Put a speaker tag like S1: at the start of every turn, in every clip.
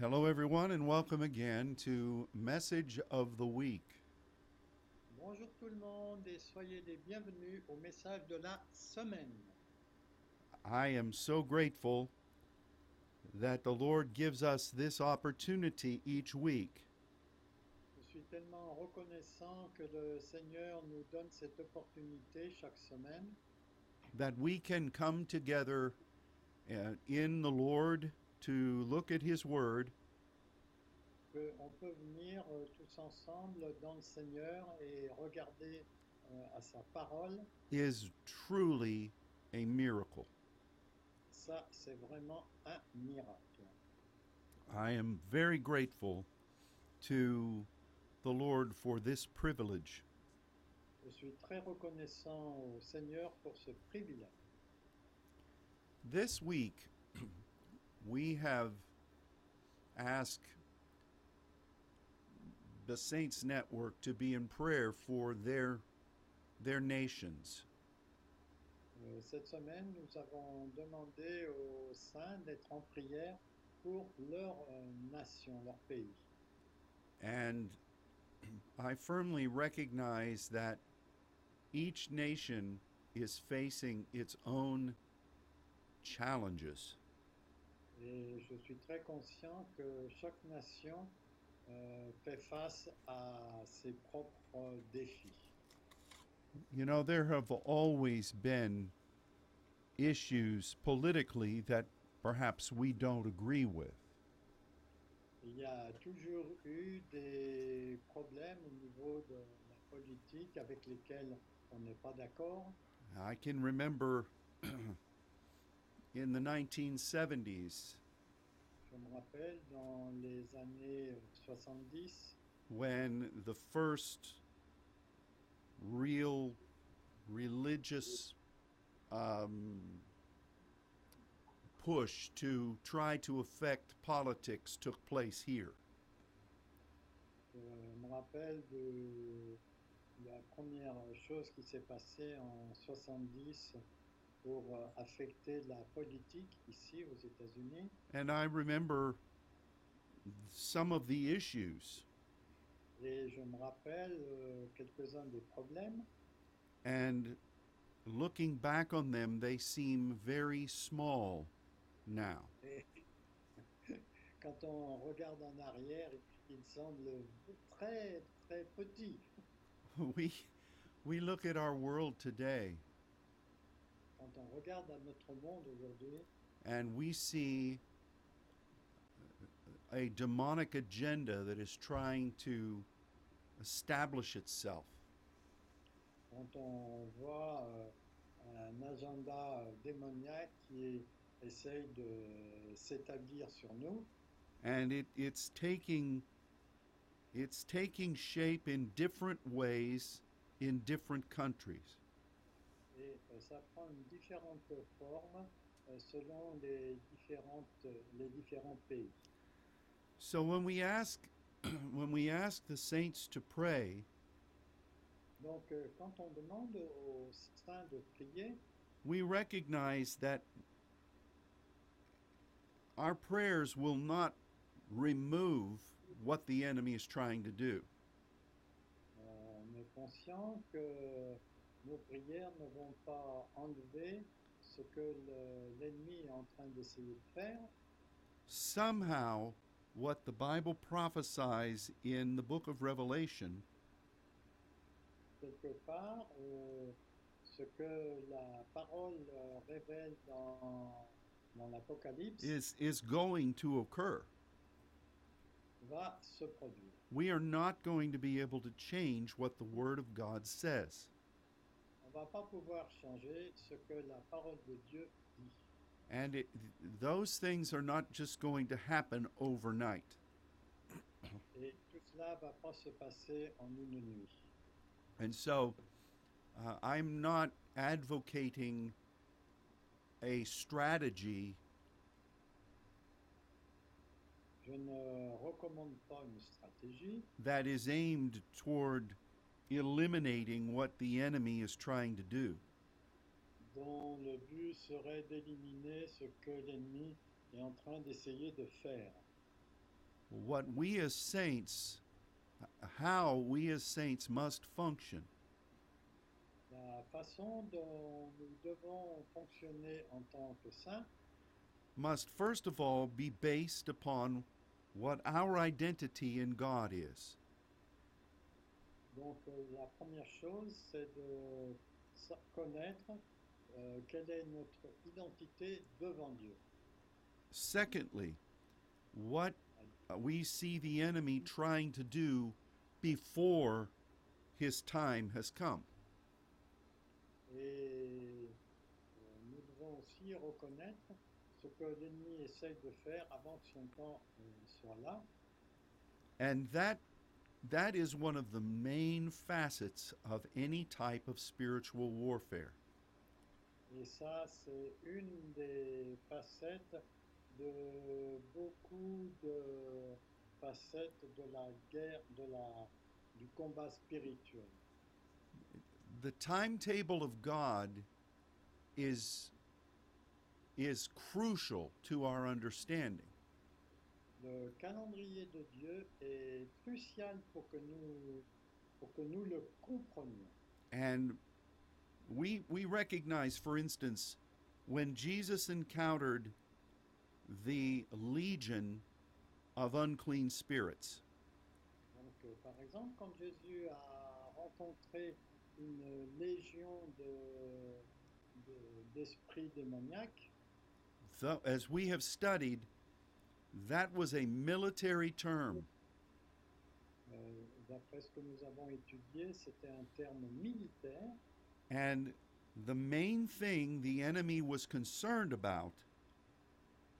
S1: Hello, everyone, and welcome again to Message of the Week.
S2: Bonjour tout le monde et soyez les bienvenus au message de la semaine.
S1: I am so grateful that the Lord gives us this opportunity each week
S2: Je suis tellement reconnaissant que le Seigneur nous donne cette opportunité chaque semaine
S1: that we can come together uh, in the Lord to look at His Word
S2: qu'on peut venir euh, tous ensemble dans le Seigneur et regarder euh, à sa parole.
S1: is truly a miracle.
S2: Ça, c'est vraiment un miracle.
S1: I am very grateful to the Lord for this privilege.
S2: Je suis très reconnaissant au Seigneur pour ce privilège.
S1: This week, we have asked the Saints Network to be in prayer for their their nations.
S2: Euh, Cette semaine, nous avons demandé aux saints d'être en prière pour leur euh, nation, leur pays.
S1: And I firmly recognize that each nation is facing its own challenges.
S2: Et je suis très conscient que chaque nation euh, fait face à ses propres défis.
S1: You know, there have always been issues politically that perhaps we don't agree with.
S2: Il y a toujours eu des problèmes au niveau de la politique avec lesquels on n'est pas d'accord.
S1: I can remember in the 1970s
S2: Je me rappelle dans les années 70,
S1: when the first real religious um, push to try to affect politics took place here.
S2: Euh, je me rappelle de la première chose qui s'est passée en 70 pour euh, affecter la politique ici aux États-Unis.
S1: And I remember some of the issues
S2: Et je me rappelle euh, quelques-uns des problèmes.
S1: and looking back on them, they seem very small now.
S2: Et quand on regarde en arrière, ils semblent très, très petits.
S1: We, we look at our world today
S2: Quand on regarde à notre monde aujourd'hui,
S1: and we see a demonic agenda that is trying to establish itself.
S2: quand on voit euh, un agenda euh, démoniaque qui essaye de s'établir sur nous,
S1: And it, it's taking it's taking shape in different ways in different countries.
S2: et euh, ça prend une différente forme euh, selon les, différentes, les différents pays.
S1: So when we ask when we ask the saints to pray,
S2: Donc euh, quand on demande aux saints de prier,
S1: we recognize that our prayers will not remove what the enemy is trying to do.
S2: Euh, On est conscient que nos prières ne vont pas enlever ce que le- l'ennemi est en train d'essayer de faire.
S1: Somehow, what the Bible prophesies in the book of Revelation
S2: Quelque part, euh, ce que la parole euh, révèle dans, dans l'Apocalypse
S1: is, is going to occur.
S2: va se produire.
S1: We are not going to be able to change what the Word of God says.
S2: On ne va pas pouvoir changer ce que la parole de Dieu dit.
S1: And it, those things are not just going to happen overnight.
S2: Et tout cela ne va pas se passer en une nuit.
S1: And so uh, I'm not advocating a strategy
S2: Je ne recommande pas une stratégie.
S1: that is aimed toward eliminating what the enemy is trying to do.
S2: dont le but serait d'éliminer ce que l'ennemi est en train d'essayer de faire.
S1: what we as saints, how we as saints must function.
S2: La façon dont nous devons fonctionner en tant que saints
S1: must first of all be based upon what our identity in God is.
S2: Donc euh, la première chose, c'est de sa- connaître euh, quelle est notre identité devant Dieu.
S1: Secondly, what uh, we see the enemy trying to do before his time has come.
S2: Et euh, nous devons aussi reconnaître ce que l'ennemi essaye de faire avant que son temps euh, soit là.
S1: And that that is one of the main facets of any type of spiritual warfare.
S2: Et ça, c'est une des facettes de beaucoup de facettes de la guerre, de la, du combat spirituel.
S1: The timetable of God is is crucial to our understanding.
S2: Le calendrier de Dieu est crucial pour que nous, pour que nous le comprenions.
S1: And we we recognize, for instance, when Jesus encountered the legion of unclean spirits,
S2: Donc, euh, par exemple, quand Jésus a rencontré une légion de- de- d'esprits démoniaques,
S1: tho- as we have studied, that was a military term.
S2: euh, d'après ce que nous avons étudié, c'était un terme militaire.
S1: And the main thing the enemy was concerned about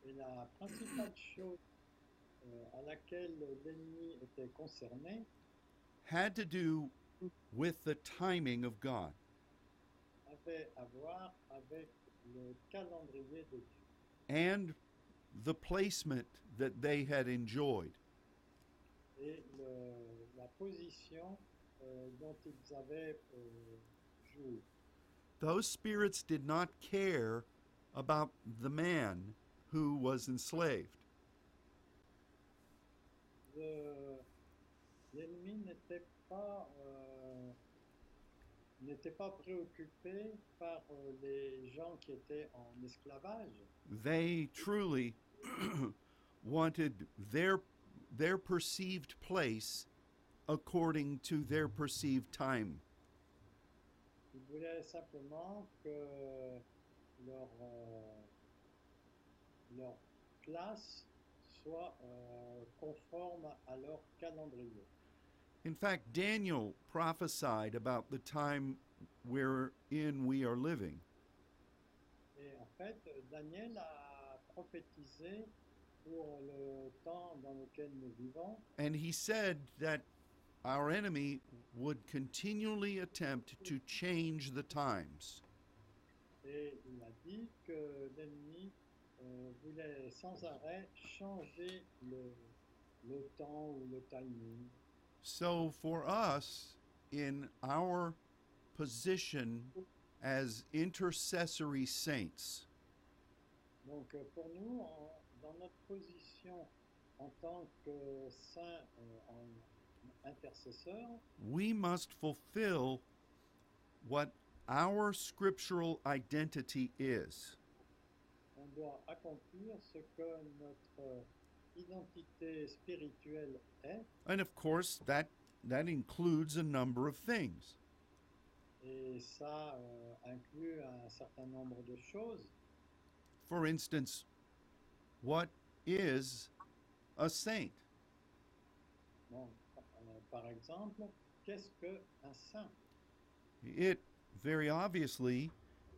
S2: Et la principale chose euh, à laquelle l'ennemi était concerné,
S1: had to do with the timing of God.
S2: avait à voir avec le calendrier de Dieu
S1: and the placement that they had enjoyed.
S2: et le- la position euh, dont ils avaient euh, joué.
S1: Those spirits did not care about the man who was enslaved.
S2: Le- Euh, L'ennemi n'était pas, euh, n'était pas préoccupé par euh, les gens qui étaient en esclavage.
S1: They truly wanted their their perceived place according to their perceived time.
S2: Ils voulaient simplement que leur, euh, leur place soit euh, conforme à leur calendrier.
S1: In fact, Daniel prophesied about the time wherein we are living.
S2: Et en fait, Daniel a prophétisé pour le temps dans lequel nous vivons.
S1: And he said that our enemy would continually attempt to change the times.
S2: Et il a dit que l'ennemi euh, voulait sans arrêt changer le, le temps ou le timing.
S1: So for us, in our position as intercessory saints,
S2: Donc euh, pour nous, en- dans notre position en tant que saint euh, en intercesseur,
S1: we must fulfill what our scriptural identity is.
S2: on doit accomplir ce que notre euh, identité spirituelle est.
S1: And of course, that that includes a number of things.
S2: Et ça euh, inclut un certain nombre de choses.
S1: For instance, what is a saint?
S2: Bon, euh, par exemple, qu'est-ce que un saint
S1: It very obviously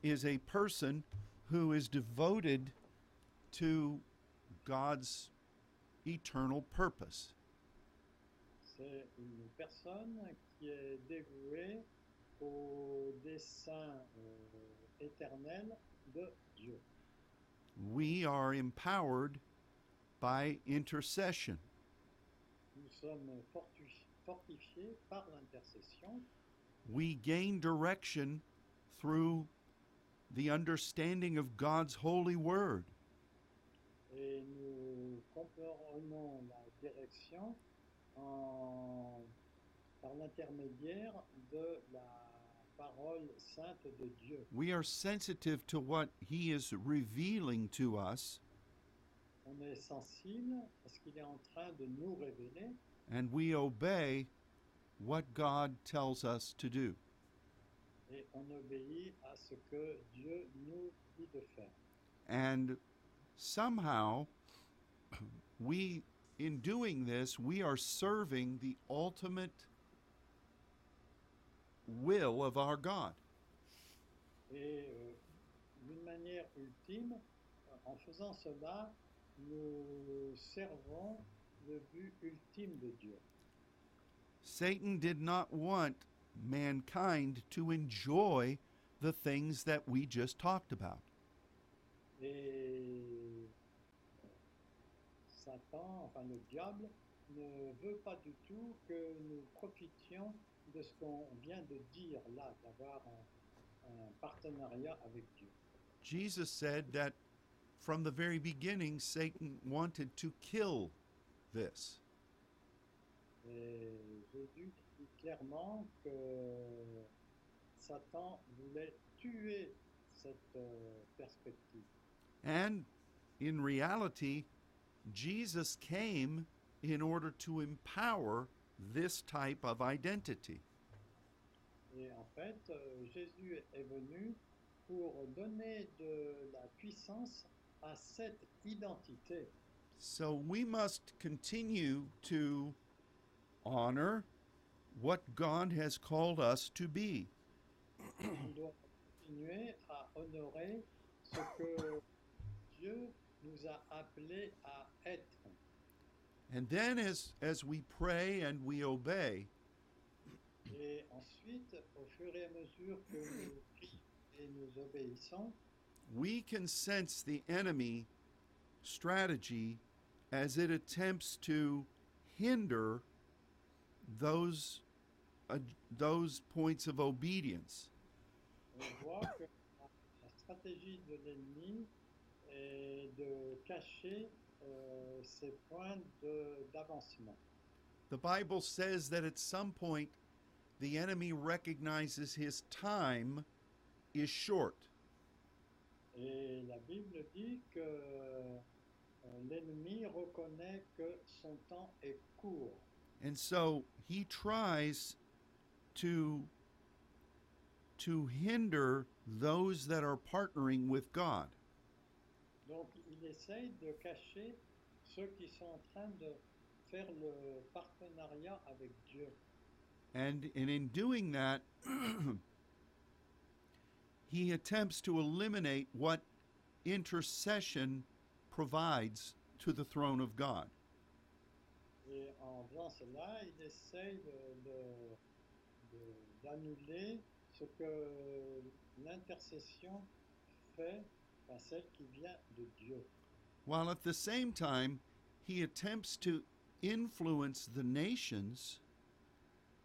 S1: is a person who is devoted to God's eternal purpose.
S2: C'est une personne qui est dévouée au dessein euh, éternel de Dieu.
S1: We are empowered by intercession.
S2: Nous sommes fortu- fortifiés par l'intercession.
S1: We gain direction through the understanding of God's holy word.
S2: et nous comprenant la direction en- par l'intermédiaire de la parole sainte de Dieu.
S1: We are sensitive to what He is revealing to us,
S2: On est sensible à ce qu'il est en train de nous révéler
S1: and we obey what God tells us to do.
S2: et on obéit à ce que Dieu nous dit de faire.
S1: And somehow, we, in doing this, we are serving the ultimate will of our God.
S2: Et euh, d'une manière ultime, euh, en faisant cela, nous servons le but ultime de Dieu.
S1: Satan did not want mankind to enjoy the things that we just talked about.
S2: Et euh, Satan, enfin le diable, ne veut pas du tout que nous profitions de ce qu'on vient de dire là, d'avoir un, un partenariat avec Dieu.
S1: Jesus said that from the very beginning, Satan wanted to kill this.
S2: Et Jésus dit clairement que Satan voulait tuer cette euh, perspective.
S1: And in reality, Jesus came in order to empower this type of identity.
S2: Et en fait, euh, Jésus est venu pour donner de la puissance à cette identité.
S1: So we must continue to honor what God has called us to be.
S2: Nous devons continuer à honorer ce que Dieu nous a appelés à être.
S1: And then as, as we pray and we obey,
S2: Et ensuite, au fur et à mesure que nous prions et nous obéissons,
S1: we can sense the enemy strategy as it attempts to hinder those uh, those points of obedience
S2: on voit que la- la stratégie de l'ennemi est de cacher euh, ces points de- d'avancement.
S1: the bible says that at some point the enemy recognizes his time is short
S2: Et la Bible dit que euh, l'ennemi reconnaît que son temps est court.
S1: and so he tries to to hinder those that are partnering with god
S2: Donc il essaye de cacher ceux qui sont en train de faire le partenariat avec Dieu.
S1: And, and in doing that, he attempts to eliminate what intercession provides to the throne of God.
S2: Et en faisant cela, il essaye de- de- de- d'annuler ce que l'intercession fait à celle qui vient de Dieu.
S1: While at the same time, he attempts to influence the nations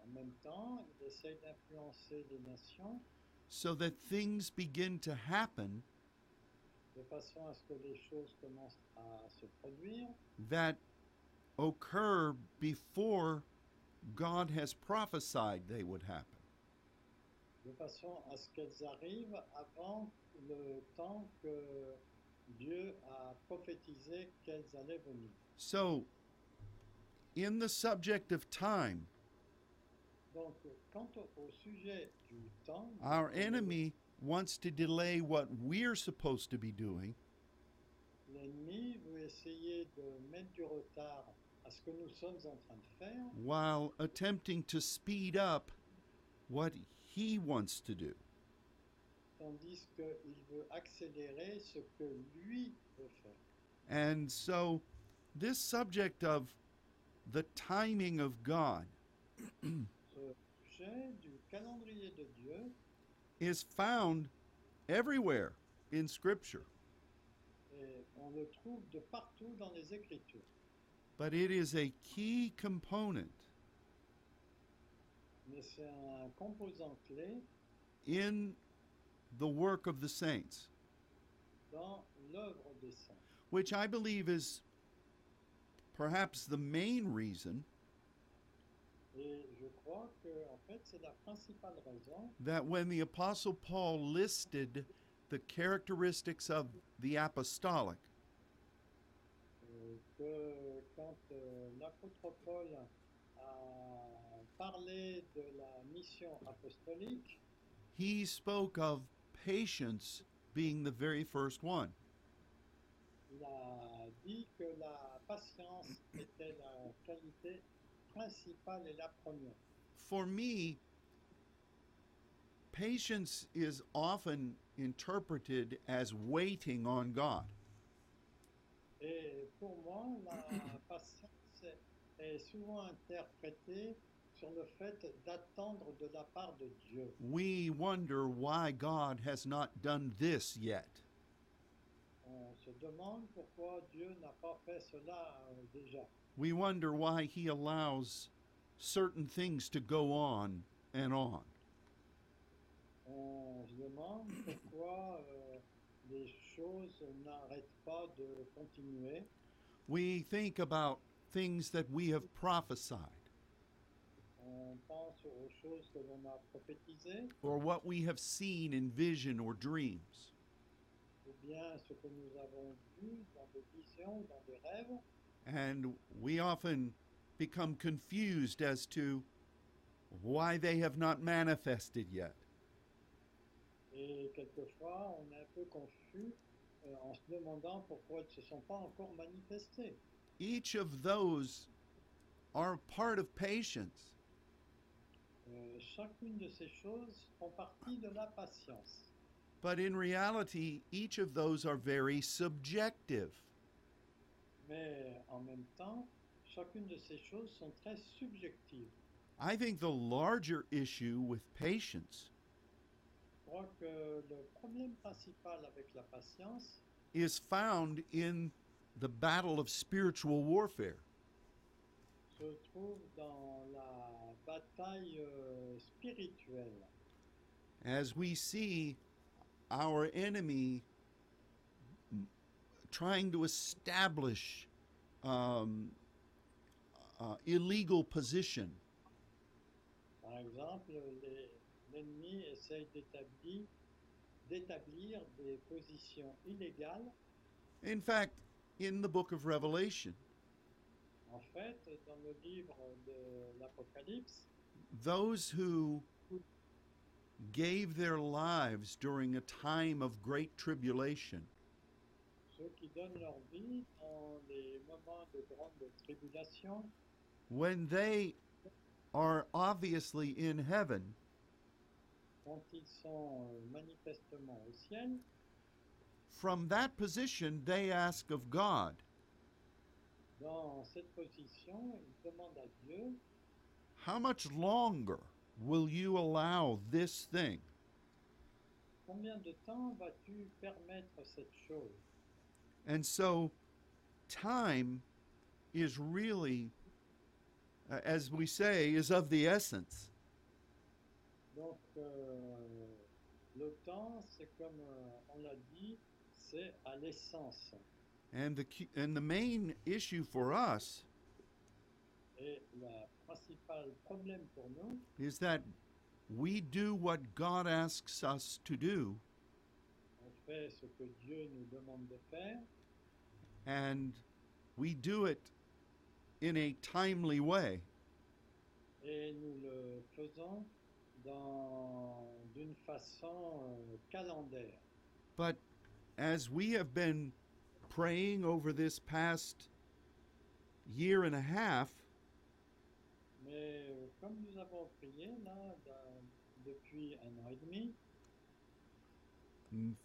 S2: En même temps, il essaye d'influencer les nations
S1: so that things begin to happen
S2: de façon à ce que les choses commencent à se produire,
S1: that occur before God has prophesied they would happen.
S2: de façon à ce qu'elles arrivent avant le temps que Dieu a prophétisé qu'elles allaient venir.
S1: So, in the subject of time,
S2: Donc, quant au, au sujet du temps,
S1: Our enemy wants to delay what we're supposed to be doing
S2: l'ennemi veut essayer de mettre du retard à ce que nous sommes en train de faire
S1: while attempting to speed up what he wants to do.
S2: tandis qu'il veut accélérer ce que lui veut faire.
S1: And so, this subject of the timing of God
S2: Ce sujet du calendrier de Dieu
S1: is found everywhere in Scripture,
S2: Et on le trouve de partout dans les Écritures.
S1: but it is a key component
S2: Mais c'est un composant clé
S1: in the work of the saints,
S2: dans l'œuvre des saints.
S1: which I believe is Perhaps the main reason
S2: Et je crois que, en fait, c'est la principale raison
S1: that when the Apostle Paul listed the characteristics of the apostolic,
S2: euh, que quand euh, l'apôtre Paul a parlé de la mission apostolique,
S1: he spoke of patience being the very first one.
S2: il a dit que la patience était la qualité principale et la première.
S1: For me, patience is often interpreted as waiting on God.
S2: Et pour moi, la patience est souvent interprétée sur le fait d'attendre de la part de Dieu.
S1: We wonder why God has not done this yet.
S2: On se demande pourquoi Dieu n'a pas fait cela euh, déjà.
S1: We wonder why He allows certain things to go on and on.
S2: On se Euh, demande pourquoi euh, les choses n'arrêtent pas de continuer.
S1: We think about things that we have prophesied
S2: On pense aux choses que l'on a prophétisées
S1: or what we have seen in vision or dreams.
S2: ou bien ce que nous avons vu dans des visions, dans des rêves.
S1: And we often become confused as to why they have not manifested yet.
S2: Et quelquefois, on est un peu confus euh, en se demandant pourquoi ils ne se sont pas encore manifestés.
S1: Each of those are part of patience.
S2: Euh, chacune de ces choses font partie de la patience.
S1: But in reality, each of those are very subjective.
S2: Mais en même temps, chacune de ces choses sont très subjectives.
S1: I think the larger issue with patience
S2: Je crois que le problème principal avec la patience,
S1: is found in the battle of spiritual warfare.
S2: se trouve dans la bataille euh, spirituelle.
S1: As we see our enemy trying to establish um, uh, illegal position,
S2: Par exemple, les- l'ennemi essaye d'établir, d'établir des positions illégales.
S1: in fact, in the book of Revelation,
S2: En fait, dans le livre de l'Apocalypse,
S1: those who gave their lives during a time of great tribulation
S2: ceux qui donnent leur vie dans les moments de grande tribulation,
S1: when they are obviously in heaven,
S2: quand ils sont euh, manifestement au ciel,
S1: from that position they ask of God,
S2: dans cette position, ils demandent à Dieu
S1: How much longer will you allow this thing?
S2: combien de temps vas-tu permettre cette chose
S1: And so, time is really, uh, as we say, is of the essence.
S2: Donc, euh, le temps, c'est comme euh, on l'a dit, c'est à l'essence.
S1: And the, cu- and the main issue for us
S2: Et le principal problème pour nous,
S1: is that we do what God asks us to do,
S2: on fait ce que Dieu nous demande de faire
S1: and we do it in a timely way.
S2: et nous le faisons dans- d'une façon euh, calendaire.
S1: But as we have been praying over this past year and a half,
S2: Mais euh, comme nous avons prié là dans- depuis un an et demi,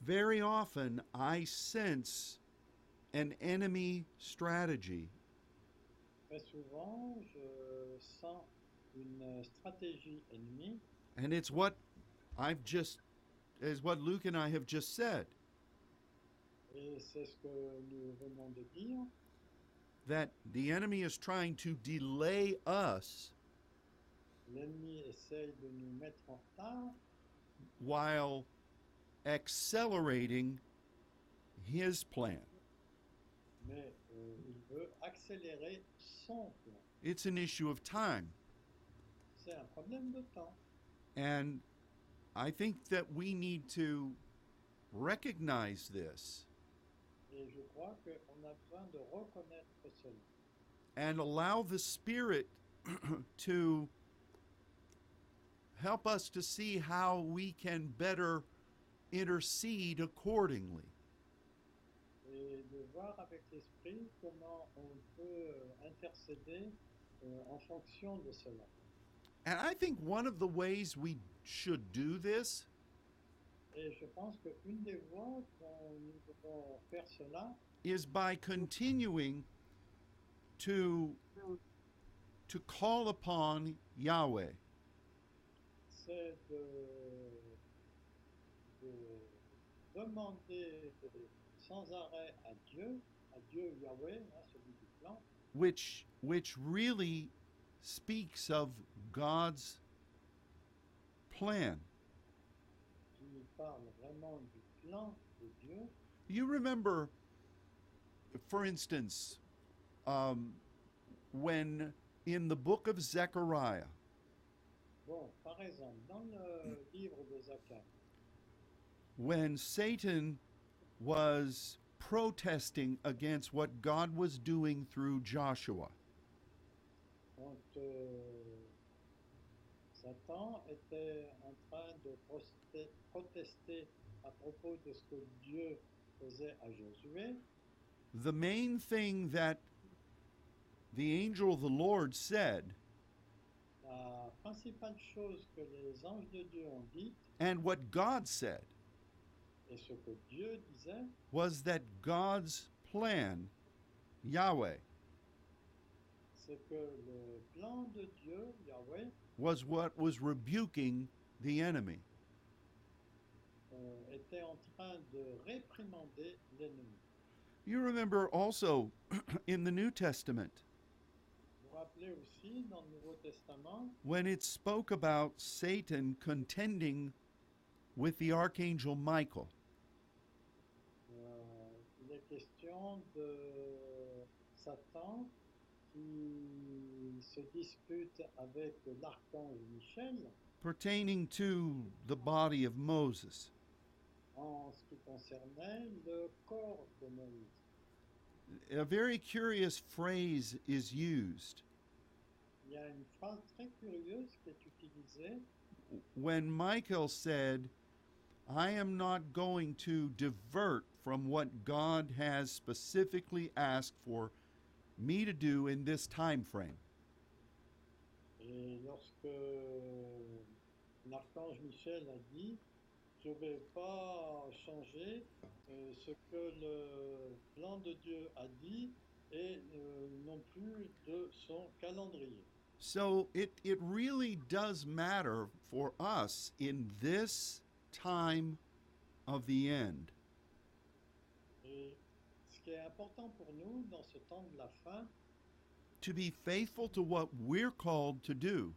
S1: very often I sense an enemy strategy
S2: très souvent, je sens une stratégie ennemie
S1: and it's what I've just is what Luke and I have just said
S2: Et c'est ce que nous venons de dire,
S1: that the enemy is trying to delay us
S2: l'ennemi essaye de nous mettre en retard
S1: while accelerating his plan.
S2: mais euh, il veut accélérer accélérer son plan.
S1: It's an issue of time.
S2: C'est un problème de temps.
S1: And I think that we need to recognize this
S2: Et je crois qu'on a besoin de reconnaître cela
S1: and allow the Spirit to help us to see how we can better intercede accordingly.
S2: et de voir avec l'esprit comment on peut euh, intercéder euh, en fonction de cela.
S1: And I think one of the ways we should do this
S2: Et je pense qu'une des voies dont nous devons faire cela,
S1: is by continuing to to call upon Yahweh.
S2: c'est de, de demander sans arrêt à Dieu, à Dieu Yahweh, hein, celui du plan,
S1: which which really speaks of God's plan.
S2: qui parle vraiment du plan de Dieu.
S1: You remember, for instance, um, when in the book of Zechariah,
S2: Bon, par exemple, dans le livre de Zacharie,
S1: when Satan was protesting against what God was doing through Joshua,
S2: quand euh, Satan était en train de proste- protester à propos de ce que Dieu faisait à Josué,
S1: the main thing that the angel of the Lord said,
S2: la principale chose que les anges de Dieu ont dit,
S1: and what God said,
S2: et ce que Dieu disait,
S1: was that God's plan, Yahweh,
S2: c'est que le plan de Dieu, Yahweh,
S1: was what was rebuking the enemy.
S2: euh, était en train de réprimander l'ennemi.
S1: You remember also in the New Testament
S2: Vous vous rappelez aussi dans le Nouveau Testament,
S1: when it spoke about Satan contending with the archangel Michael.
S2: Euh, il est question de Satan qui se dispute avec l'archange Michel
S1: Pertaining to the body of Moses.
S2: en ce qui concernait le corps de Moïse.
S1: A very curious phrase is used.
S2: Il y a une phrase très curieuse qui est utilisée
S1: when Michael said, I am not going to divert from what God has specifically asked for me to do in this time frame.
S2: et lorsque l'archange Michel a dit je ne vais pas changer euh, ce que le plan de Dieu a dit et euh, non plus de son calendrier.
S1: So it, it really does matter for us in this time of the end
S2: Et ce qui est important pour nous dans ce temps de la fin,
S1: to be faithful to what we're called to do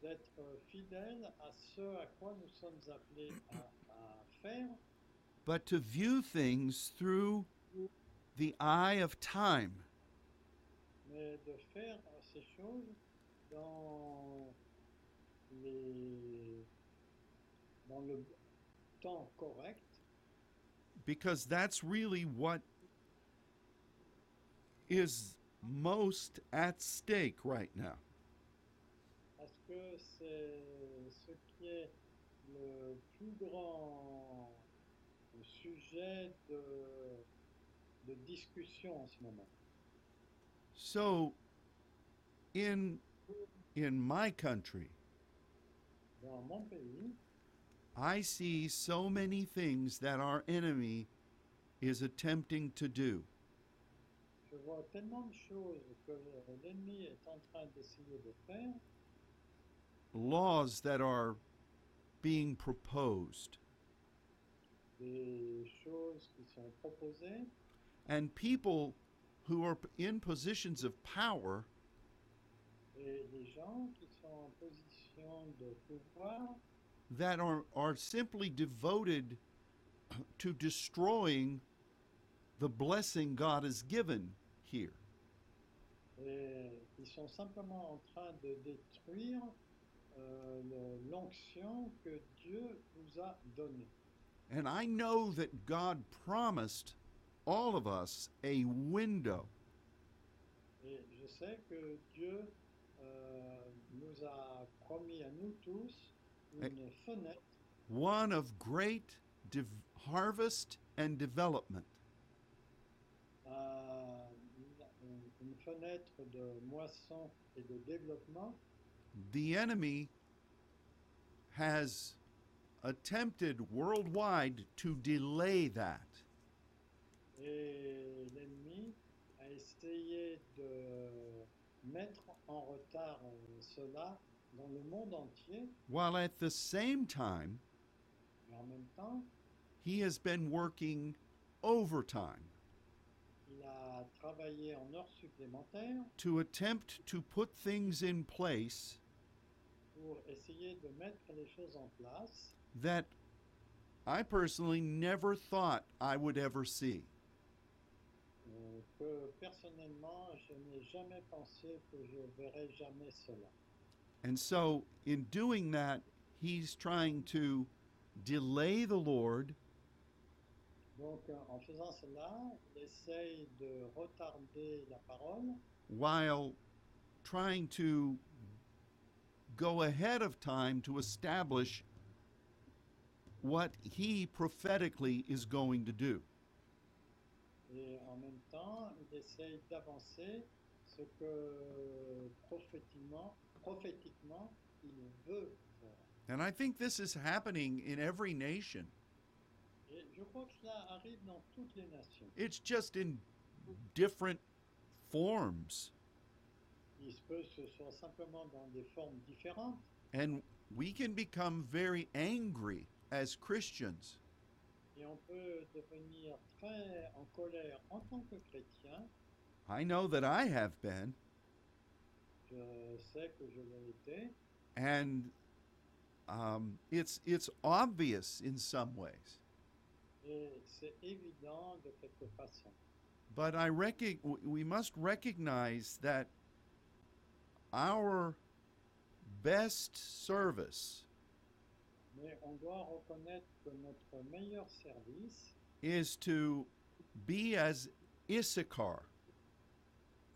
S2: d'être fidèles à ce à quoi nous sommes appelés à, à faire,
S1: but to view things through the eye of time
S2: mais euh, de faire ces choses dans, les, dans le temps correct,
S1: because that's really what is most at stake right now.
S2: parce que c'est ce qui est le plus grand sujet de, de discussion en ce moment.
S1: So in in my country,
S2: Dans mon pays,
S1: I see so many things that our enemy is attempting to do.
S2: Je vois tellement de choses que l'ennemi est en train d'essayer de faire,
S1: Laws that are being proposed
S2: des choses qui sont proposées,
S1: and people who are in positions of power
S2: et des gens qui sont en position de pouvoir,
S1: that are, are simply devoted to destroying the blessing God has given here.
S2: Et ils sont simplement en train de détruire euh, le- l'onction que Dieu vous a donnée.
S1: And I know that God promised all of us a window
S2: Et je sais que Dieu euh, nous a promis à nous tous une fenêtre,
S1: one of great div- harvest and development.
S2: un- euh, une- une fenêtre de moisson et de développement.
S1: The enemy has attempted worldwide to delay that.
S2: Et l'ennemi a essayé de mettre en retard euh, cela dans le monde entier.
S1: While at the same time,
S2: Mais en même temps,
S1: he has been working overtime
S2: il a travaillé en heures supplémentaires
S1: to attempt to put things in place
S2: pour essayer de mettre les choses en place
S1: that I personally never thought I would ever see.
S2: euh, que personnellement, je n'ai jamais pensé que je verrais jamais cela.
S1: And so, in doing that, he's trying to delay the Lord
S2: Donc, euh, en faisant cela, il essaye de retarder la parole
S1: while trying to go ahead of time to establish what he prophetically is going to do.
S2: Et en même temps, il essaye d'avancer ce que prophétiquement, prophétiquement il veut faire.
S1: And I think this is happening in every nation.
S2: Et je crois que cela arrive dans toutes les nations.
S1: It's just in different forms.
S2: Il se peut que ce soit simplement dans des formes différentes.
S1: And we can become very angry as Christians
S2: Et on peut devenir très en colère en tant que chrétien.
S1: I know that I have been,
S2: Je sais que je l'ai été.
S1: and um, it's it's obvious in some ways.
S2: Et c'est évident de quelque façon.
S1: But I recog- w- we must recognize that our best service
S2: Mais on doit reconnaître que notre meilleur service,
S1: is to be as Issachar,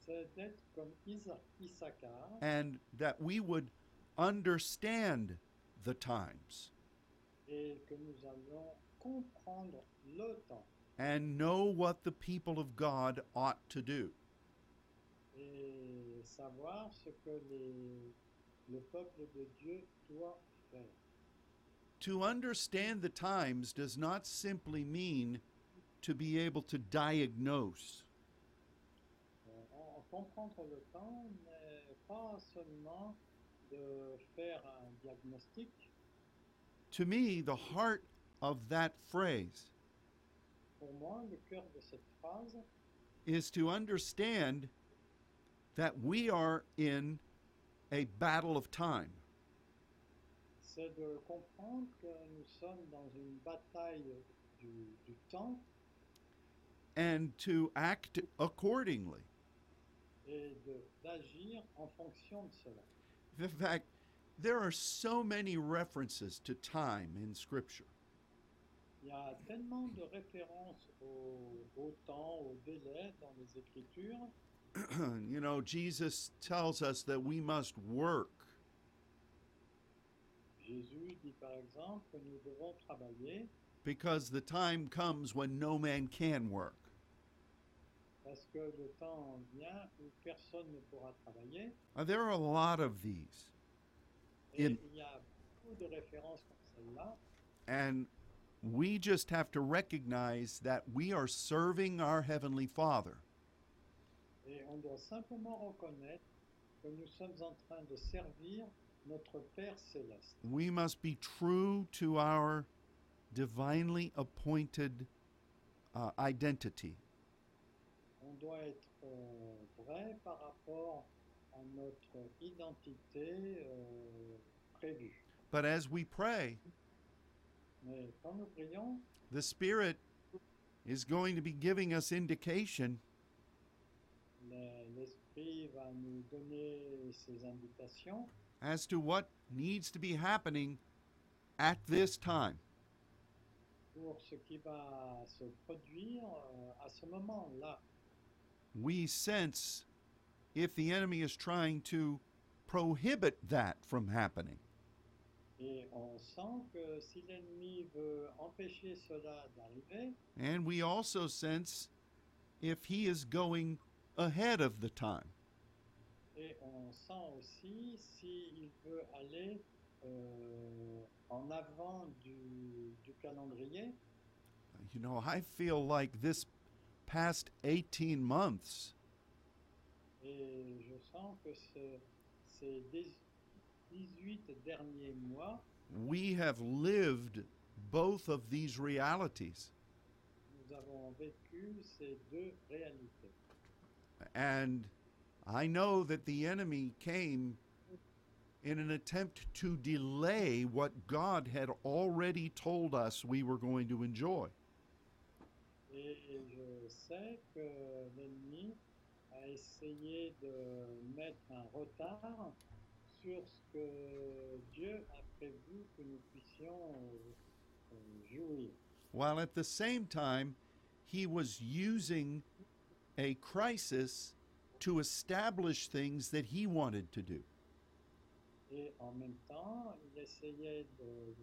S2: c'est d'être comme Isa- Issachar.
S1: and that we would understand the times
S2: et que nous allons comprendre le temps
S1: and know what the people of God ought to do.
S2: et savoir ce que les- le peuple de Dieu doit faire.
S1: To understand the times does not simply mean to be able to diagnose.
S2: Euh, en- en comprendre le temps n'est pas seulement de faire un diagnostic.
S1: To me, the heart of that phrase
S2: Pour moi, le cœur de cette phrase,
S1: is to understand that we are in a battle of time.
S2: c'est de comprendre que nous sommes dans une bataille du, du temps
S1: And to act accordingly.
S2: et de- d'agir en fonction de cela.
S1: In fact, there are so many references to time in Scripture.
S2: Il y a tellement de références au, au temps, au délai dans les Écritures.
S1: you know, Jesus tells us that we must work
S2: Jésus dit par exemple que nous devons travailler
S1: because the time comes when no man can work.
S2: parce que le temps vient où personne ne pourra travailler.
S1: Uh, there are a lot of these,
S2: Et
S1: Et-
S2: il y a beaucoup de références comme celle-là.
S1: and we just have to recognize that we are serving our Heavenly Father.
S2: Et on doit simplement reconnaître que nous sommes en train de servir notre Père céleste.
S1: We must be true to our divinely appointed uh, identity.
S2: On doit être euh, vrai par rapport à notre identité euh, prévue.
S1: But as we pray,
S2: Mais quand nous prions,
S1: the Spirit is going to be giving us indication
S2: Le- L'Esprit va nous donner ses indications
S1: as to what needs to be happening at this time.
S2: pour ce qui va se produire euh, à ce moment-là.
S1: We sense if the enemy is trying to prohibit that from happening.
S2: Et on sent que si l'ennemi veut empêcher cela d'arriver,
S1: And we also sense if he is going ahead of the time.
S2: et on sent aussi s'il veut aller euh, en avant du, du calendrier,
S1: You know, I feel like this past 18 months
S2: et je sens que ce- ces dix- 18 derniers mois,
S1: we have lived both of these realities.
S2: nous avons vécu ces deux réalités.
S1: And I know that the enemy came in an attempt to delay what God had already told us we were going to enjoy.
S2: Et je sais que l'ennemi a essayé de mettre un retard sur ce que Dieu a prévu que nous puissions euh, euh, jouir.
S1: While at the same time, he was using a crisis to establish things that he wanted to do.
S2: Et en même temps, il essayait de-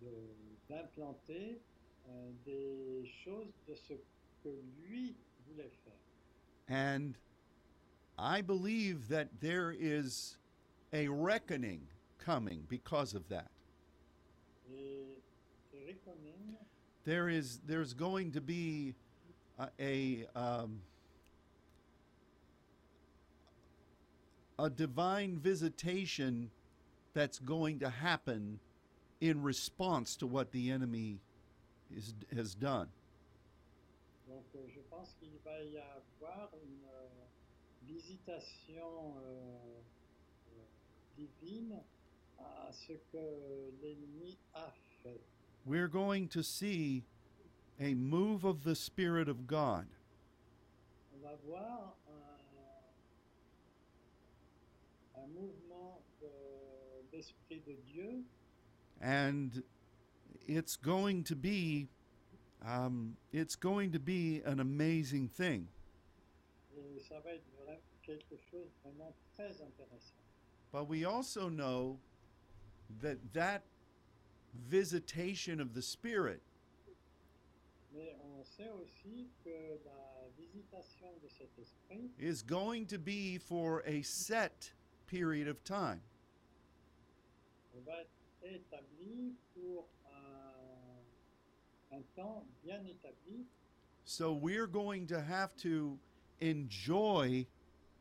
S2: de- d'implanter euh, des choses de ce que lui voulait faire.
S1: And I believe that there is a reckoning coming because of that.
S2: Et Eric Honin,
S1: there is there's going to be a a, um, a divine visitation that's going to happen in response to what the enemy is, has done.
S2: Donc euh, je pense qu'il va y avoir une euh, visitation euh, euh, divine à ce que l'ennemi a fait.
S1: We're going to see a move of the Spirit of God
S2: On va voir un, un mouvement de l'Esprit de Dieu
S1: and it's going to be um, it's going to be an amazing thing.
S2: et ça va être vraiment quelque chose de vraiment très intéressant.
S1: But we also know that that visitation of the Spirit
S2: Mais on sait aussi que la visitation de cet esprit
S1: is going to be for a set period of time.
S2: On va être établi pour un, un temps bien établi.
S1: So we're going to have to enjoy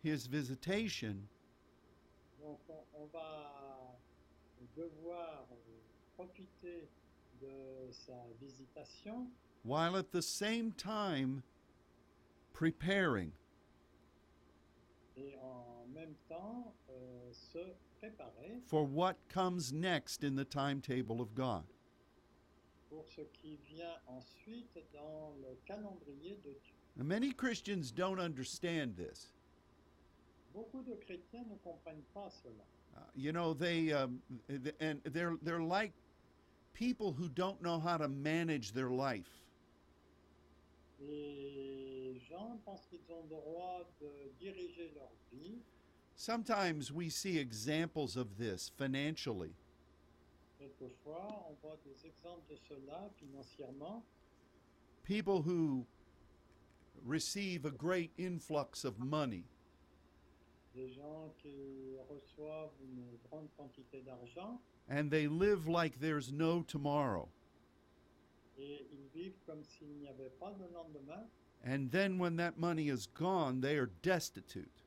S1: His visitation
S2: Donc on, on va devoir euh, profiter de sa visitation
S1: while at the same time preparing.
S2: et en même temps euh, se préparer
S1: For what comes next in the timetable of God.
S2: pour ce qui vient ensuite dans le calendrier de Dieu.
S1: Now, many Christians don't understand this.
S2: Beaucoup de chrétiens ne comprennent pas cela.
S1: Uh, you know they um, th- and they're they're like people who don't know how to manage their life
S2: Les gens pensent qu'ils ont le droit de diriger leur vie
S1: sometimes we see examples of this financially
S2: Quelquefois, on voit des exemples de cela financièrement.
S1: people who receive a great influx of money
S2: Des gens qui reçoivent une grande quantité d'argent
S1: and they live like there's no tomorrow
S2: et ils vivent comme s'il n'y avait pas de lendemain.
S1: and then when that money is gone they are destitute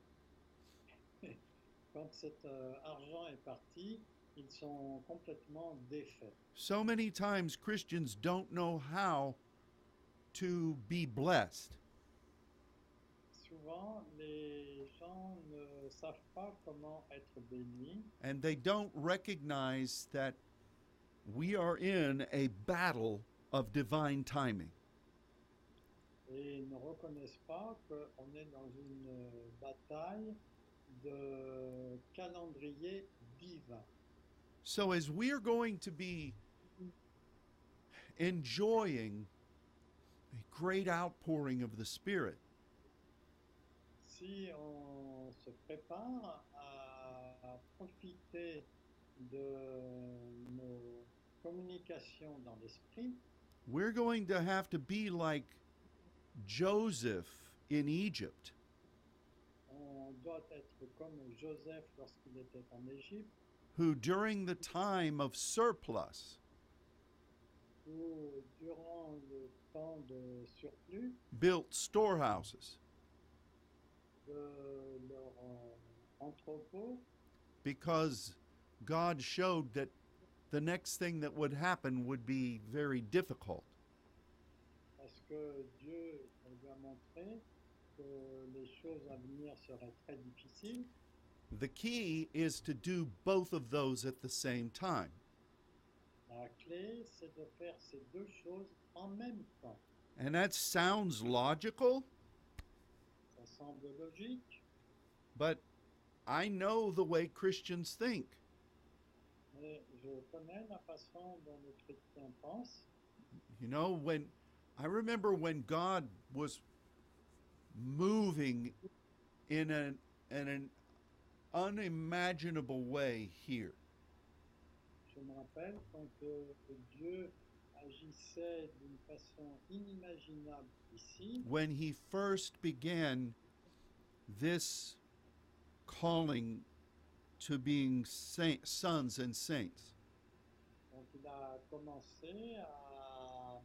S2: Quand cet euh, argent est parti, ils sont complètement défaits.
S1: so many times christians don't know how to be blessed
S2: Souvent, les gens ne savent pas comment être bénis
S1: and they don't recognize that we are in a battle of divine timing.
S2: et ils ne reconnaissent pas qu'on est dans une euh, bataille de calendrier divin.
S1: So, as we are going to be enjoying a great outpouring of the Spirit,
S2: Si on se prépare à, à profiter de nos communications dans l'esprit,
S1: we're going to have to be like Joseph in Egypt,
S2: on doit être comme Joseph lorsqu'il était en Égypte,
S1: who during the time of surplus
S2: où durant le temps de surplus,
S1: built storehouses
S2: de leur euh, entrepôt,
S1: because God showed that the next thing that would happen would be very difficult.
S2: parce que Dieu lui a montré que les choses à venir seraient très difficiles.
S1: The key is to do both of those at the same time.
S2: La clé, c'est de faire ces deux choses en même temps.
S1: And that sounds logical,
S2: Ça semble logique,
S1: but I know the way Christians think.
S2: mais je connais la façon dont les chrétiens pensent.
S1: You know, when I remember when God was moving in an, in an unimaginable way here.
S2: Je me rappelle quand euh, Dieu agissait d'une façon inimaginable ici,
S1: when he first began this calling to being saint, sons and saints.
S2: quand il a commencé à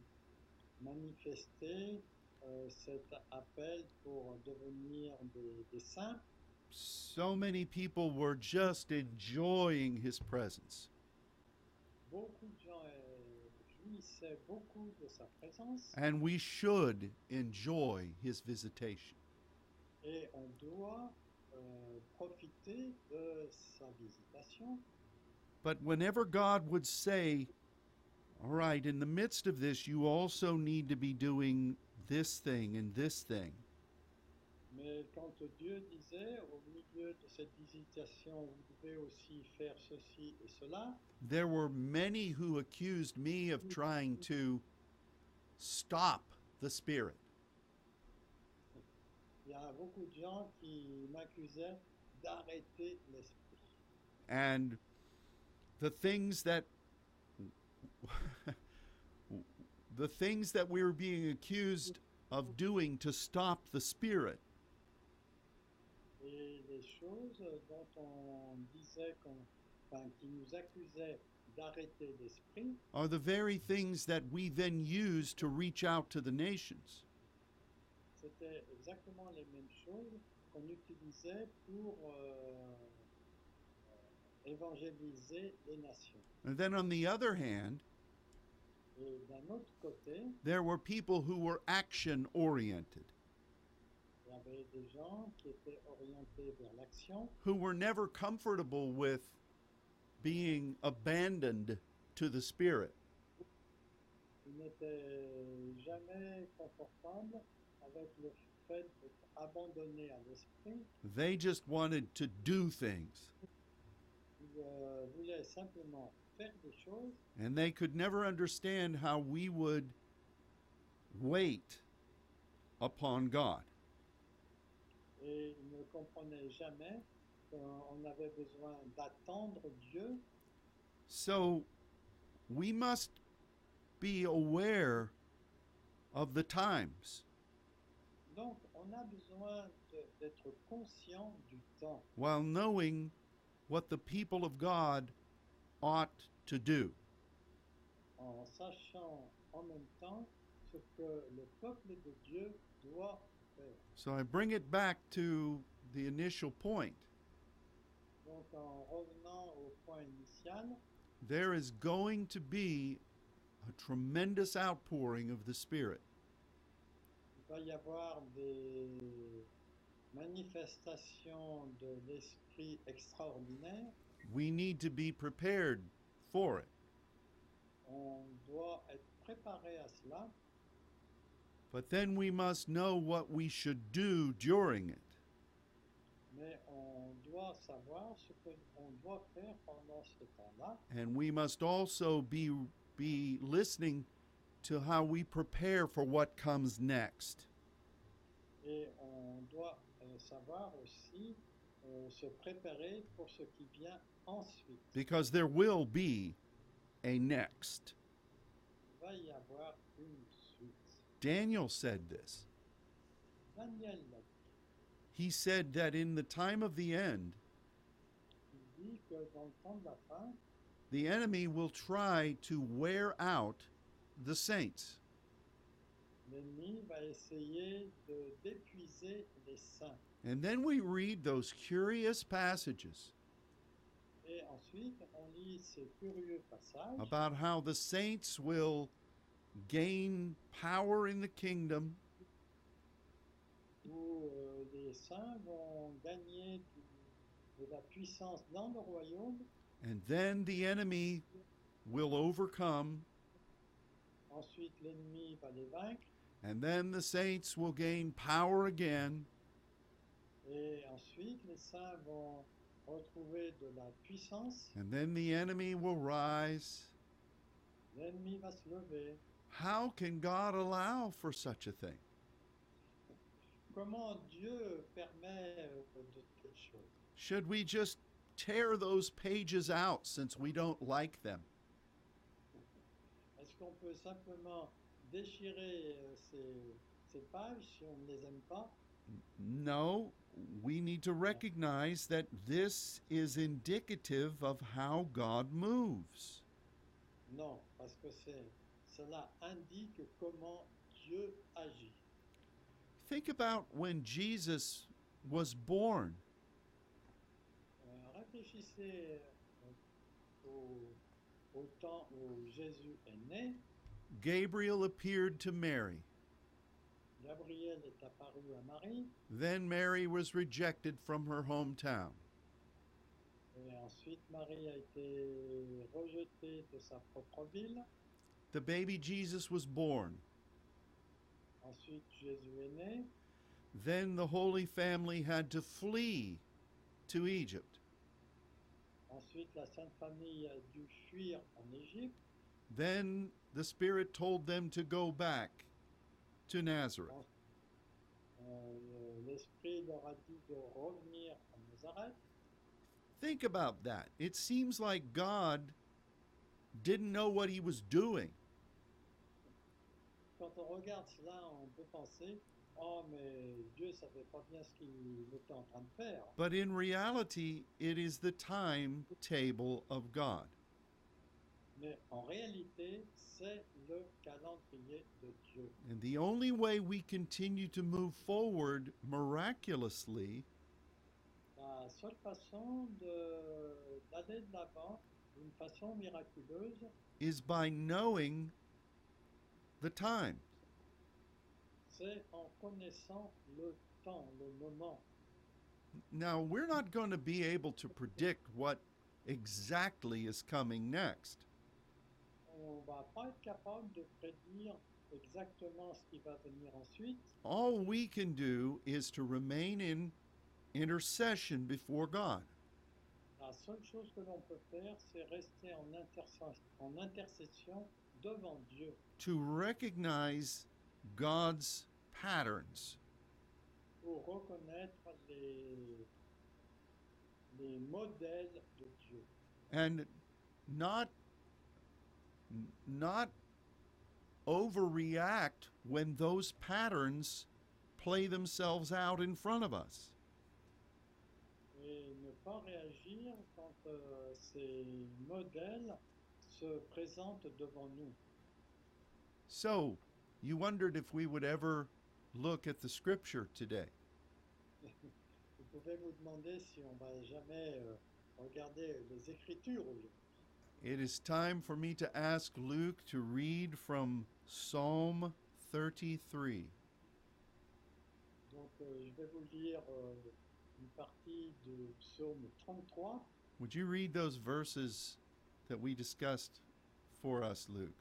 S2: manifester euh, cet appel pour devenir des, des saints.
S1: So many people were just enjoying his presence.
S2: Beaucoup de gens euh, jouissaient beaucoup de sa présence
S1: And we should enjoy his visitation.
S2: et on doit euh, profiter de sa visitation.
S1: But whenever God would say, All right, in the midst of this, you also need to be doing this thing and this thing,
S2: Mais quand Dieu disait au milieu de cette visitation, vous devez aussi faire ceci et cela,
S1: there were many who accused me of trying to stop the Spirit.
S2: il y a beaucoup de gens qui m'accusaient d'arrêter l'esprit.
S1: And the things that the things that we were being accused of doing to stop the Spirit
S2: Et les choses dont on disait, qu'on, enfin, qui nous accusaient d'arrêter l'esprit,
S1: are the very things that we then use to reach out to the nations.
S2: c'était exactement les mêmes choses qu'on utilisait pour euh, euh, évangéliser les nations.
S1: And then on the other hand,
S2: Et d'un autre côté,
S1: there were people who were action oriented,
S2: Il y avait des gens qui étaient orientés vers l'action,
S1: who were never comfortable with being abandoned to the Spirit.
S2: qui n'étaient jamais confortables avec le fait d'être abandonnés à l'esprit.
S1: They just wanted to do things.
S2: Ils euh, voulaient simplement faire des choses
S1: And they could never understand how we would wait upon God.
S2: et ils ne comprenaient jamais qu'on avait besoin d'attendre Dieu.
S1: So we must be aware of the times.
S2: Donc on a besoin de- d'être conscient du temps
S1: while knowing what the people of God ought to do.
S2: en sachant en même temps ce que le peuple de Dieu doit faire.
S1: So I bring it back to the initial point.
S2: Donc en revenant au point initial,
S1: There is going to be a tremendous outpouring of the Spirit.
S2: il va y avoir des manifestations de l'esprit extraordinaire.
S1: We need to be prepared for it.
S2: On doit être préparé à cela,
S1: But then we must know what we should do during it.
S2: Mais on doit savoir ce qu'on doit faire pendant ce temps-là.
S1: And we must also be, be listening to how we prepare for what comes next.
S2: Et on doit euh, savoir aussi euh, se préparer pour ce qui vient ensuite.
S1: Because there will be a next.
S2: Il va y avoir une suite.
S1: Daniel said this.
S2: Daniel l'a dit.
S1: He said that in the time of the end,
S2: Il dit que dans le temps de la fin,
S1: the enemy will try to wear out the saints.
S2: l'ennemi va essayer de d'épuiser les saints.
S1: And then we read those curious passages
S2: Et ensuite, on lit ces curieux passages
S1: about how the saints will gain power in the kingdom
S2: où euh, les saints vont gagner du- de la puissance dans le royaume.
S1: and then the enemy will overcome
S2: Ensuite, l'ennemi va les vaincre.
S1: and then the saints will gain power again
S2: Et ensuite, les saints vont retrouver de la puissance.
S1: and then the enemy will rise.
S2: L'ennemi va se lever.
S1: How can God allow for such a thing?
S2: Comment Dieu permet euh, de toutes choses
S1: Should we just tear those pages out since we don't like them?
S2: Est-ce qu'on peut simplement déchirer euh, ces, ces pages si on ne les aime pas
S1: No, we need to recognize that this is indicative of how God moves.
S2: Non, parce que c'est- cela indique comment Dieu agit.
S1: Think about when Jesus was born.
S2: Euh, réfléchissez euh, au, au temps où Jésus est né.
S1: Gabriel appeared to Mary.
S2: Gabriel est apparu à Marie
S1: Then Mary was rejected from her hometown.
S2: et ensuite Marie a été rejetée de sa propre ville.
S1: The baby Jesus was born.
S2: Ensuite Jésus est né.
S1: Then the Holy Family had to flee to Egypt.
S2: Ensuite la Sainte Famille a dû fuir en Égypte.
S1: Then the Spirit told them to go back to Nazareth.
S2: Euh, L'Esprit leur a dit de revenir à Nazareth.
S1: Think about that. It seems like God didn't know what he was doing.
S2: Quand on regarde cela, on peut penser, oh mais Dieu savait pas bien ce qu'il était en train de faire.
S1: But in reality, it is the timetable of God.
S2: Mais en réalité, c'est le calendrier de Dieu.
S1: And the only way we continue to move forward miraculously
S2: La seule façon de- d'aller de l'avant d'une façon miraculeuse,
S1: is by knowing the time.
S2: c'est en connaissant le temps, le moment.
S1: Now, we're not going to be able to predict what exactly is coming next.
S2: On va pas être capable de prédire exactement ce qui va venir ensuite.
S1: All we can do is to remain in intercession before God.
S2: La seule chose que l'on peut faire, c'est rester en, interce- en intercession devant Dieu.
S1: to recognize God's patterns.
S2: pour reconnaître les, les modèles de Dieu.
S1: and not n- not overreact when those patterns play themselves out in front of us.
S2: Et ne pas réagir quand euh, ces modèles se présentent devant nous.
S1: So, you wondered if we would ever look at the scripture today.
S2: Vous pouvez vous demander si on va jamais euh, regarder les Écritures. aujourd'hui.
S1: It is time for me to ask Luke to read from Psalm 33.
S2: Donc euh, je vais vous lire euh, une partie du psaume 33.
S1: Would you read those verses that we discussed for us, Luke?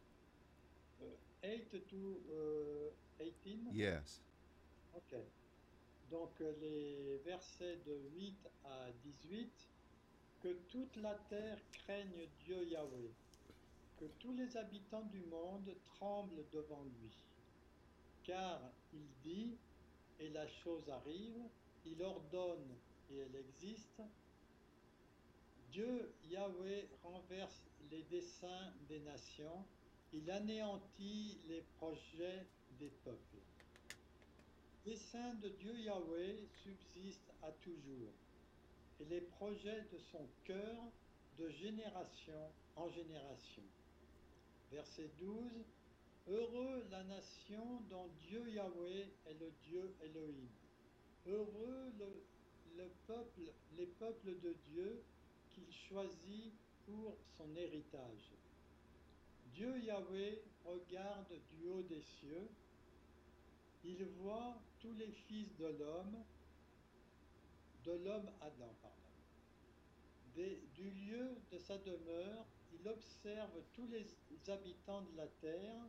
S2: Euh, 8 to euh, 18
S1: Yes.
S2: Ok. Donc euh, les versets de 8 à 18, que toute la terre craigne Dieu Yahweh, que tous les habitants du monde tremblent devant lui. Car il dit, et la chose arrive, il ordonne, et elle existe. Dieu Yahweh renverse les desseins des nations, il anéantit les projets des peuples dessein de Dieu Yahweh subsiste à toujours, et les projets de son cœur de génération en génération. Verset 12. Heureux la nation dont Dieu Yahweh est le Dieu Elohim. Heureux le, le peuple, les peuples de Dieu qu'il choisit pour son héritage. Dieu Yahweh regarde du haut des cieux il voit tous les fils de l'homme, de l'homme Adam, pardon. Des- du lieu de sa demeure, il observe tous les habitants de la terre,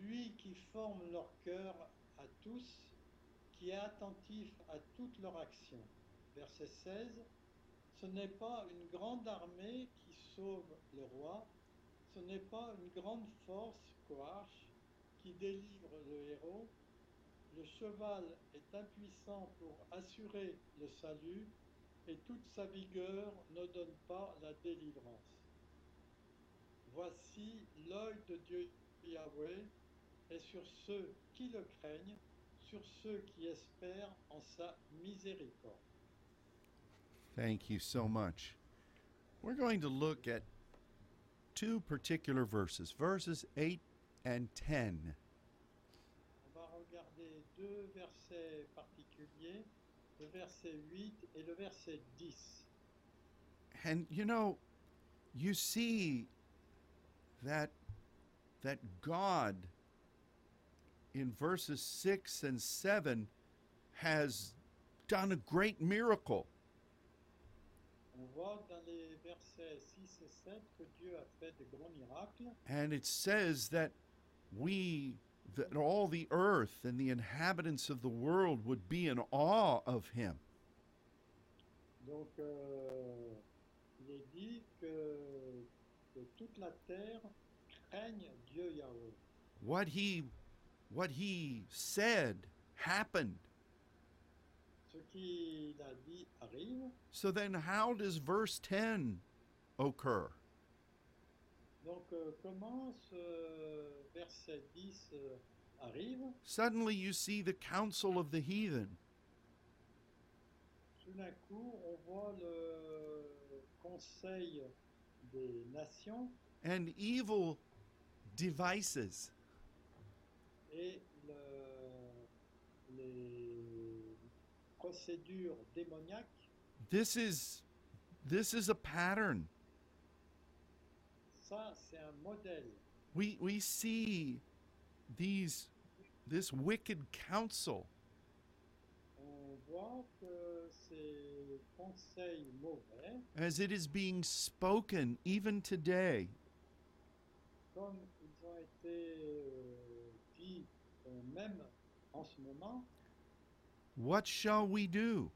S2: lui qui forme leur cœur à tous, qui est attentif à toute leur action. Verset 16. Ce n'est pas une grande armée qui sauve le roi, ce n'est pas une grande force, Coarche, qui délivre le héros, le cheval est impuissant pour assurer le salut et toute sa vigueur ne donne pas la délivrance. Voici l'œil de Dieu Yahweh est sur ceux qui le craignent, sur ceux qui espèrent en sa miséricorde.
S1: Thank you so much. We're going to look at two particular verses, verses 8 and 10.
S2: On va regarder deux versets particuliers, le verset 8 et le verset 10.
S1: And you know, you see that that God in verses 6 and 7 has done a great miracle.
S2: On voit dans les versets 6 et 7 que Dieu a fait de grands miracles.
S1: And it says that we, that all the earth and the inhabitants of the world would be in awe of him.
S2: Donc, euh, il est dit que, que toute la terre craigne Dieu Yahweh.
S1: What he, what he said happened.
S2: Ce qu'il a dit arrive.
S1: So then, how does verse 10 occur?
S2: Donc, euh, comment ce verset 10 euh, arrive
S1: Suddenly, you see the counsel of the heathen.
S2: Tout d'un coup, on voit le conseil des nations
S1: and evil devices.
S2: et le- les procédures démoniaques
S1: This is this is a pattern.
S2: Ça, c'est un modèle.
S1: We we see these this wicked counsel
S2: On voit que ces conseils mauvais,
S1: as it is being spoken even today.
S2: comme ils ont été euh, dits euh, même en ce moment,
S1: What shall we do?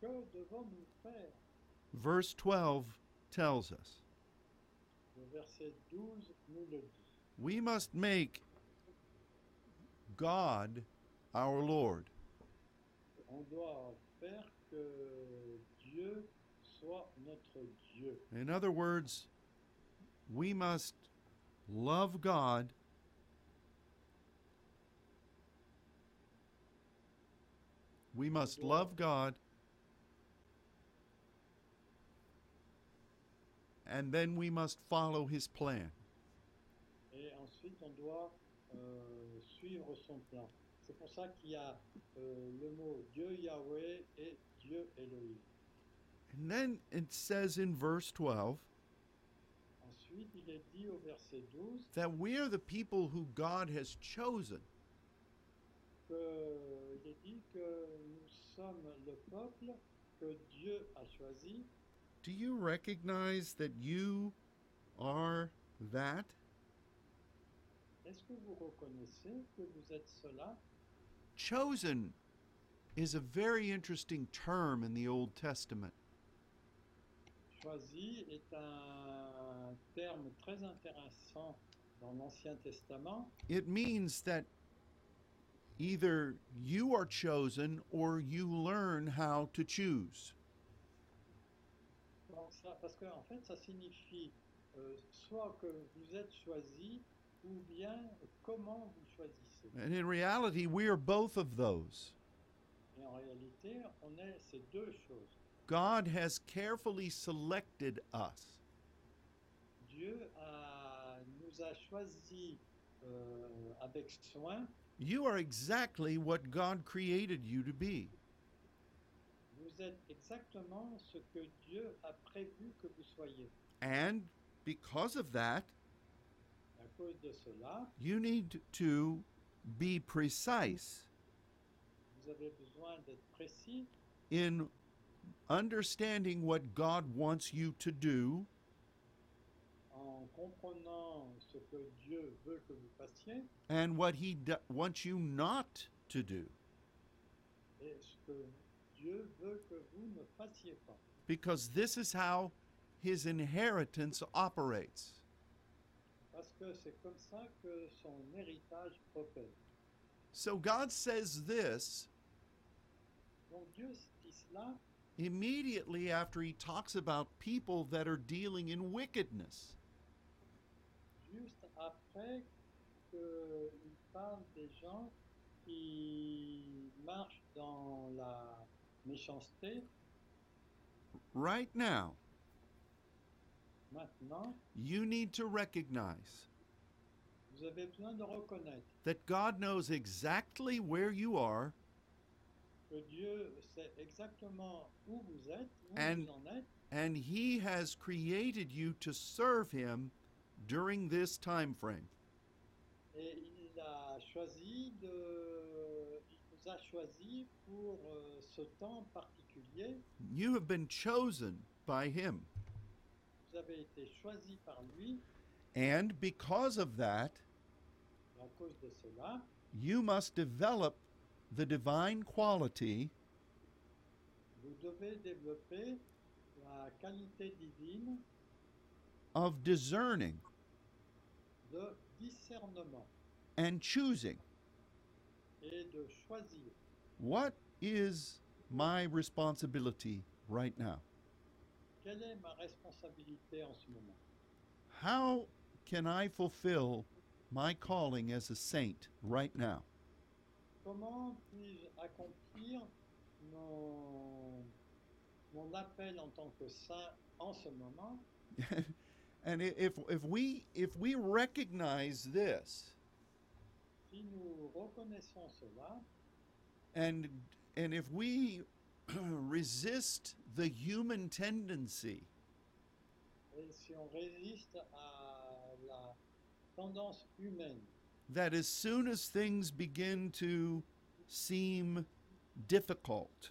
S2: que devons-nous faire
S1: Verse 12 tells us.
S2: Le verset 12 nous le dit.
S1: We must make God our Lord.
S2: On doit faire que Dieu soit notre Dieu.
S1: In other words, we must love God We must love God and then we must follow his plan.
S2: Et ensuite, on doit euh, suivre son plan. C'est pour ça qu'il y a euh, le mot Dieu Yahweh et Dieu Elohim.
S1: And then it says in verse 12
S2: Ensuite, il est dit au verset 12
S1: that we are the people who God has chosen.
S2: que il est dit que nous sommes le peuple que Dieu a choisi.
S1: Do you recognize that you are that?
S2: Est-ce que vous reconnaissez que vous êtes cela
S1: Chosen is a very interesting term in the Old Testament.
S2: Choisi est un terme très intéressant dans l'Ancien Testament.
S1: It means that either you are chosen or you learn how to choose.
S2: Donc ça- parce que en fait, ça signifie euh, soit que vous êtes choisi ou bien comment vous choisissez.
S1: And in reality, we are both of those.
S2: Et en réalité, on est ces deux choses.
S1: God has carefully selected us.
S2: Dieu a- nous a choisis euh, avec soin.
S1: You are exactly what God created you to be.
S2: Vous êtes exactement ce que Dieu a prévu que vous soyez.
S1: And because of that,
S2: À cause de cela,
S1: you need to be precise
S2: vous avez besoin d'être précis
S1: in understanding what God wants you to do
S2: en comprenant ce que Dieu veut que vous fassiez
S1: and what He d- wants you not to do.
S2: et ce que Dieu veut que vous ne fassiez pas.
S1: Because this is how His inheritance operates.
S2: Parce que c'est comme ça que son héritage opère.
S1: So God says this
S2: Donc Dieu dit cela
S1: immediately after He talks about people that are dealing in wickedness.
S2: juste après qu'il parle des gens qui marchent dans la méchanceté.
S1: Right now,
S2: Maintenant,
S1: you need to recognize
S2: vous avez besoin de reconnaître
S1: that God knows exactly where you are
S2: que Dieu sait exactement où vous êtes, où
S1: And-
S2: vous en êtes,
S1: and he has created you to serve him during this time frame.
S2: et il a choisi de, il vous a choisi pour euh, ce temps particulier.
S1: You have been chosen by him.
S2: Vous avez été choisi par lui.
S1: And because of that,
S2: Et à cause de cela,
S1: you must develop the divine quality
S2: vous devez développer la qualité divine
S1: of discerning
S2: de discernement
S1: and choosing.
S2: et de choisir.
S1: What is my responsibility right now?
S2: Quelle est ma responsabilité en ce moment
S1: How can I fulfill my calling as a saint right now?
S2: Comment puis-je accomplir mon, mon appel en tant que saint en ce moment
S1: and i- if if we if we recognize this
S2: Si nous reconnaissons cela
S1: and and if we resist the human tendency
S2: et si on résiste à la tendance humaine
S1: that as soon as things begin to seem difficult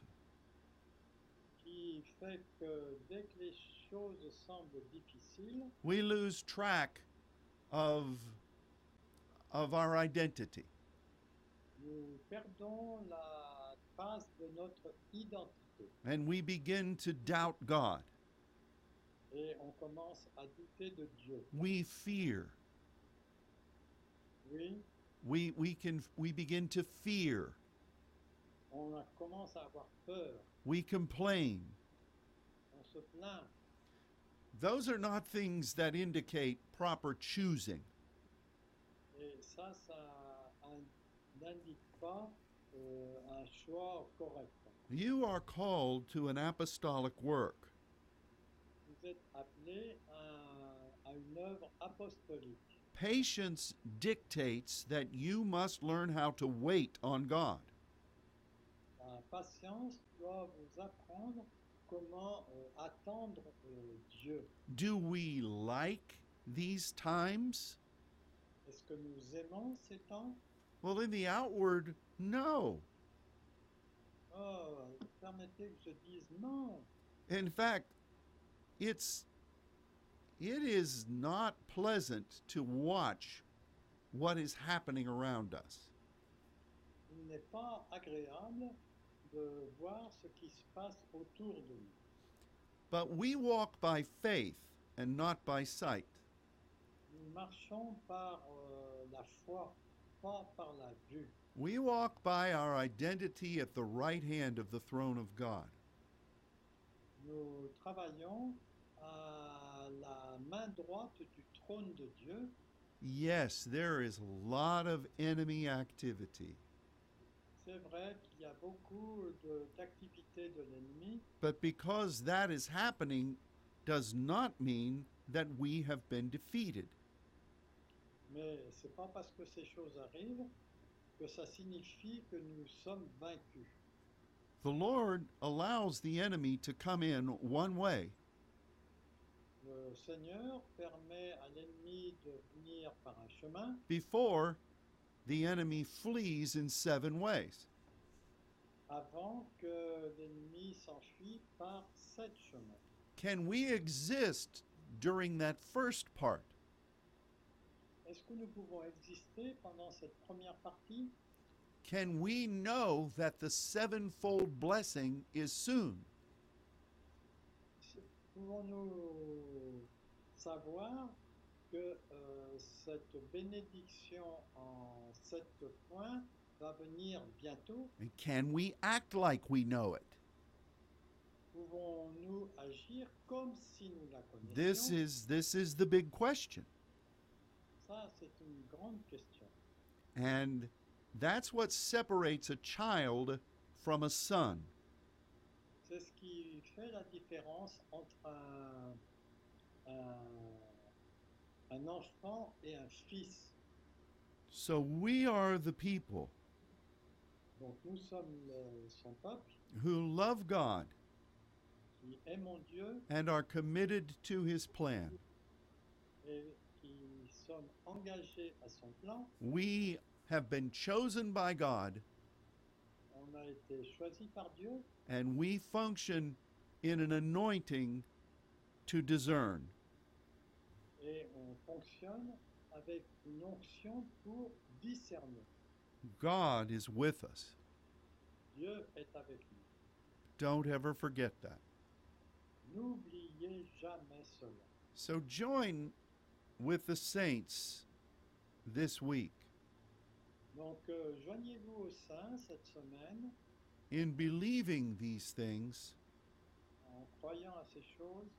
S2: qui fait que dès que les choses semblent difficiles,
S1: we lose track of of our identity
S2: nous perdons la base de notre identité
S1: and we begin to doubt God
S2: et on commence à douter de Dieu.
S1: we fear
S2: Oui,
S1: we we can we begin to fear
S2: on a- commence à avoir peur,
S1: we complain
S2: on se plaint.
S1: Those are not things that indicate proper choosing.
S2: Et ça, ça in- n'indique pas euh, un choix correct.
S1: You are called to an apostolic work.
S2: Vous êtes appelé à, à une œuvre apostolique.
S1: Patience dictates that you must learn how to wait on God.
S2: La patience doit vous apprendre comment euh, attendre euh, Dieu.
S1: Do we like these times?
S2: Est-ce que nous aimons ces temps
S1: Well, in the outward, no.
S2: Oh, permettez que je dise non.
S1: In fact, it's it is not pleasant to watch what is happening around us.
S2: Il n'est pas agréable de voir ce qui se passe autour de nous.
S1: But we walk by faith and not by sight.
S2: Nous marchons par euh, la foi, pas par la vue.
S1: We walk by our identity at the right hand of the throne of God.
S2: Nous travaillons à la main droite du trône de Dieu.
S1: Yes, there is a lot of enemy activity,
S2: C'est vrai qu'il y a beaucoup de- d'activités de l'ennemi,
S1: but because that is happening does not mean that we have been defeated.
S2: mais c'est pas parce que ces choses arrivent que ça signifie que nous sommes vaincus.
S1: The Lord allows the enemy to come in one way,
S2: Le Seigneur permet à l'ennemi de venir par un chemin
S1: before the enemy flees in seven ways.
S2: avant que l'ennemi s'enfuit par sept chemins.
S1: Can we exist during that first part?
S2: Est-ce que nous pouvons exister pendant cette première partie
S1: Can we know that the sevenfold blessing is soon?
S2: Pouvons-nous savoir que euh, cette bénédiction en sept points va venir bientôt
S1: And can we act like we know it?
S2: Pouvons-nous agir comme si nous la connaissions
S1: This is this is the big question.
S2: Ça, c'est une grande question.
S1: And that's what separates a child from a son.
S2: C'est ce qui fait la différence entre un, un- un enfant et un fils.
S1: So we are the people
S2: Donc nous sommes le- son peuple
S1: who love God
S2: qui aimons Dieu
S1: and are committed to his plan.
S2: et qui sommes engagés à son plan.
S1: We have been chosen by God
S2: On a été choisi par Dieu
S1: and we function in an anointing to discern.
S2: et on fonctionne avec une onction pour discerner.
S1: God is with us.
S2: Dieu est avec nous.
S1: Don't ever forget that.
S2: N'oubliez jamais cela.
S1: So join with the saints this week
S2: Donc euh, joignez-vous aux saints cette semaine
S1: in believing these things
S2: en croyant à ces choses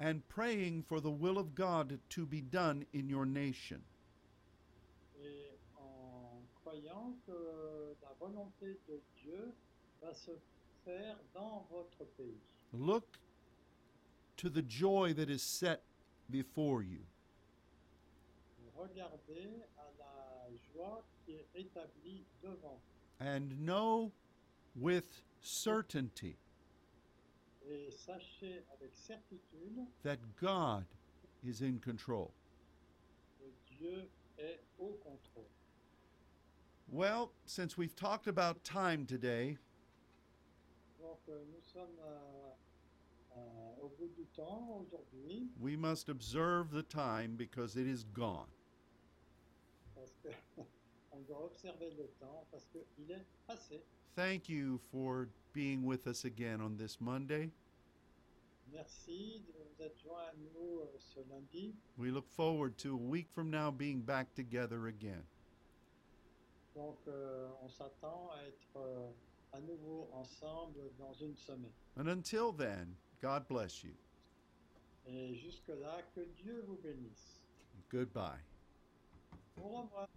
S1: and praying for the will of God to be done in your nation.
S2: et en croyant que la volonté de Dieu va se faire dans votre pays.
S1: Look to the joy that is set before you.
S2: Regardez à la joie qui est établie devant
S1: and know with certainty
S2: vous et sachez avec certitude
S1: that God is in control.
S2: que Dieu est au contrôle.
S1: Well, since we've talked about time today,
S2: Donc euh, nous sommes euh, euh, au bout du temps aujourd'hui
S1: we must observe the time because it is gone.
S2: parce que on doit observer le temps parce qu'il est passé.
S1: Thank you for being with us again on this Monday.
S2: Merci de vous être joints à nous euh, ce lundi.
S1: We look forward to a week from now being back together again.
S2: Donc euh, on s'attend à être euh, à nouveau ensemble dans une semaine.
S1: And until then, God bless you.
S2: Et jusque-là, que Dieu vous bénisse.
S1: Goodbye.
S2: Au revoir.